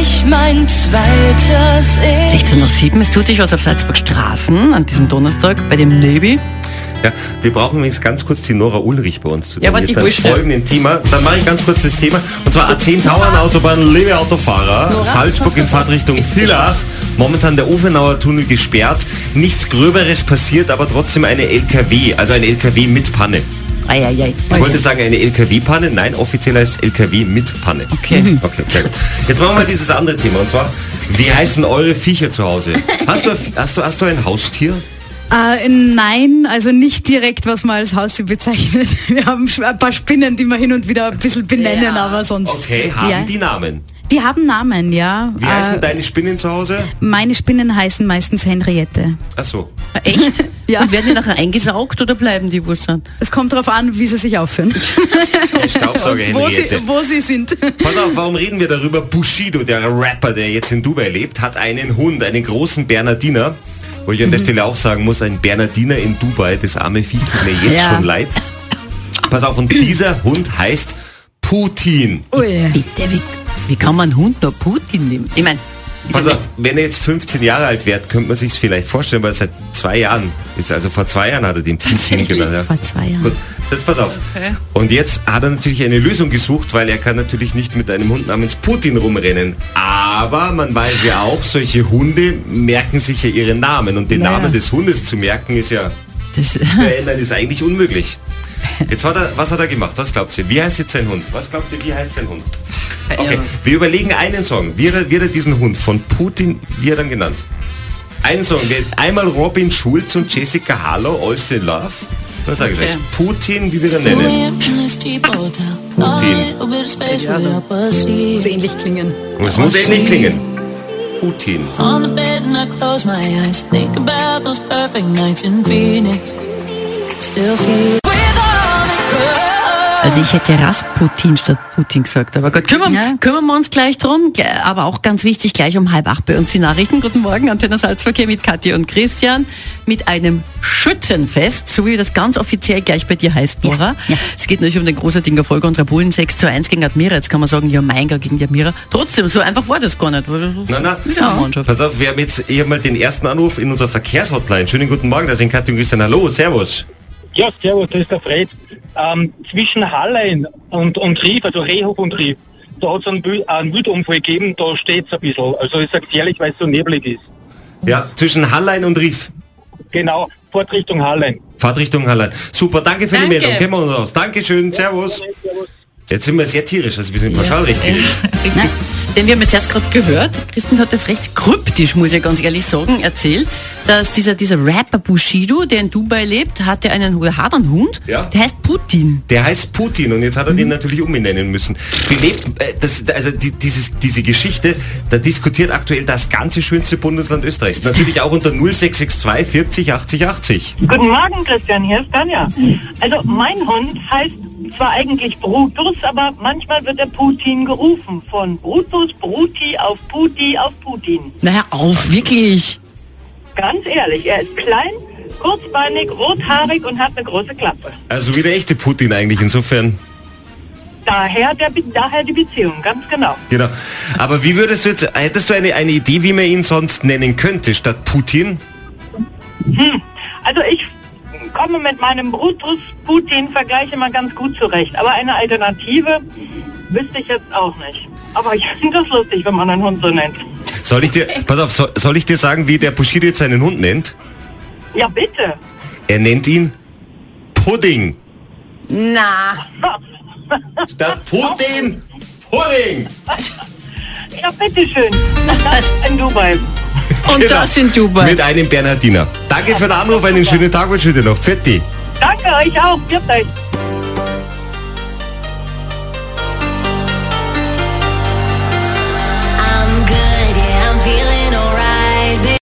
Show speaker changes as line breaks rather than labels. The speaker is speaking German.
ich mein zweites Ich.
16.07 Uhr, es tut sich was auf Salzburg Straßen an diesem Donnerstag bei dem Navy.
Ja, wir brauchen übrigens ganz kurz die Nora Ulrich bei uns zu
Ja, aber die
das
Bursche.
folgenden Thema. Dann mache ich ganz kurz das Thema. Und zwar A10 Tauernautobahn, liebe Autofahrer.
Nora?
Salzburg in Fahrtrichtung Villach. Momentan der Ofenauer Tunnel gesperrt. Nichts Gröberes passiert, aber trotzdem eine LKW, also eine LKW mit Panne.
Eieiei.
Ich wollte sagen, eine LKW-Panne. Nein, offiziell heißt es LKW mit Panne.
Okay. Mhm.
Okay, sehr gut. Jetzt machen wir mal dieses andere Thema. Und zwar, wie heißen eure Viecher zu Hause? Hast du, hast du, hast du ein Haustier?
Äh, nein, also nicht direkt, was man als Haustier bezeichnet. Wir haben sch- ein paar Spinnen, die wir hin und wieder ein bisschen benennen,
Ja.
aber sonst.
Okay, haben
ja.
die Namen?
Die haben Namen, ja.
Wie
Äh,
heißen deine Spinnen zu Hause?
meine Spinnen heißen meistens Henriette.
Ach so.
Äh, Echt?
Ja.
Und werden die nachher eingesaugt oder bleiben die wohl dann?
Es kommt darauf an, wie sie sich aufführen.
Staubsauger
wo, sie,
Henriette.
wo sie sind.
Pass auf, warum reden wir darüber? Bushido, der Rapper, der jetzt in Dubai lebt, hat einen Hund, einen großen Bernardiner. Wo ich an der
Mhm.
Stelle auch sagen muss, ein Bernardiner in Dubai, das arme Vieh tut mir jetzt
Ja.
schon leid. Pass auf, und dieser Hund heißt Putin.
Ui.
Bitte, wie, wie kann man Hund noch Putin nehmen? Ich meine,
Pass auf, Also, wenn er jetzt 15 Jahre alt wäre, könnte man sich vielleicht vorstellen, weil seit zwei Jahren ist, also vor zwei Jahren hat er den Putin
Tatsächlich?
genannt. Ja.
Vor zwei Jahren.
Gut, jetzt pass auf. Und jetzt hat er natürlich eine Lösung gesucht, weil er kann natürlich nicht mit einem Hund namens Putin rumrennen. Aber man weiß ja auch, solche Hunde merken sich ja ihre Namen. Und den
Naja.
Namen des Hundes zu merken ist ja,
das,
verändern ist eigentlich unmöglich. Jetzt hat er, was hat er gemacht? Was glaubt ihr? Wie heißt jetzt sein Hund? Was glaubt ihr, wie heißt sein Hund? Okay, wir überlegen einen Song. Wie hat er, wie hat er diesen Hund von Putin, wie hat er ihn genannt? Einen Song, der einmal Robin Schulz und Jessica Harlow, All's in Love. Dann sage ich
Okay.
gleich. Putin, wie wir ihn nennen.
So ähnlich klingen.
Und es muss ähnlich klingen. Putin.
On the bed and I close my eyes. Think about those perfect nights in Phoenix. Still feel. With all the girls.
Also ich hätte Rasputin statt Putin gesagt, aber Gott, kümmern,
Ja.
kümmern wir uns gleich drum. Ge- Aber auch ganz wichtig, gleich um halb acht bei uns die Nachrichten. Guten Morgen, Antenne Salzverkehr mit Kathi und Christian mit einem Schützenfest, so wie das ganz offiziell gleich bei dir heißt, Nora.
ja.
Es geht natürlich um den großartigen Erfolg unserer Bullen 6 zu 1 gegen Admira. Jetzt kann man sagen, ja, mein Gott gegen die Admira. Trotzdem, so einfach war das gar nicht. weil das ist
Na, na,
eine Mannschaft.
Pass auf, wir haben jetzt hier mal den ersten Anruf in unserer Verkehrshotline. Schönen guten Morgen, da sind Katja und Christian. Hallo, servus.
Ja, servus, das ist der Fred. Ähm, zwischen Hallein und, und Rief, also Rehhof und Rief, da hat es einen, Wü- einen Wildunfall gegeben, da steht es ein bisschen. Also ist gefährlich, weil es so nebelig ist.
Ja, zwischen Hallein und Rief.
Genau, fort Richtung Hallein.
Fahrt Richtung Hallein. Super, danke für
Danke.
die Meldung. Kennen wir uns aus. Dankeschön, servus. Jetzt sind wir sehr tierisch, also wir sind pauschal recht tierisch.
Richtig. Denn wir haben jetzt erst gerade gehört, Christian hat das recht kryptisch, muss ich ganz ehrlich sagen, erzählt, dass dieser, dieser Rapper Bushido, der in Dubai lebt, hatte einen oder hat einen Hund,
Ja.
der heißt Putin.
Der heißt Putin und jetzt hat er den natürlich umbenennen müssen. Belebt, äh, das, also die, dieses, diese Geschichte, da diskutiert aktuell das ganze schönste Bundesland Österreichs. Natürlich auch unter 0662 40 80 80.
Guten Morgen, Christian, hier ist Tanja. Also mein Hund heißt zwar eigentlich Brutus, aber manchmal wird er Putin gerufen. Von Brutus, Bruti auf Puti auf Putin.
Naja, auf, wirklich.
Ganz ehrlich, er ist klein, kurzbeinig, rothaarig und hat eine große Klappe.
Also wie der echte Putin eigentlich insofern.
Daher, der, Be- daher die Beziehung, ganz genau.
Genau. Aber wie würdest du jetzt, hättest du eine, eine Idee, wie man ihn sonst nennen könnte statt Putin?
Also ich komme mit meinem Brutus-Putin-Vergleich immer ganz gut zurecht, aber eine Alternative wüsste ich jetzt auch nicht. Aber ich finde das lustig, wenn man einen Hund so nennt.
Soll ich dir, pass auf, soll, soll ich dir sagen, wie der Bushido jetzt seinen Hund nennt?
Ja, bitte.
Er nennt ihn Pudding.
Na,
Statt Putin, Pudding.
Ja, bitteschön. Das in Dubai.
und
Genau.
das in Dubai.
Mit einem Bernhardiner. Danke für den Anruf, einen schönen Tag wünsche ich dir noch. Fetti.
Danke euch auch. Ihr euch.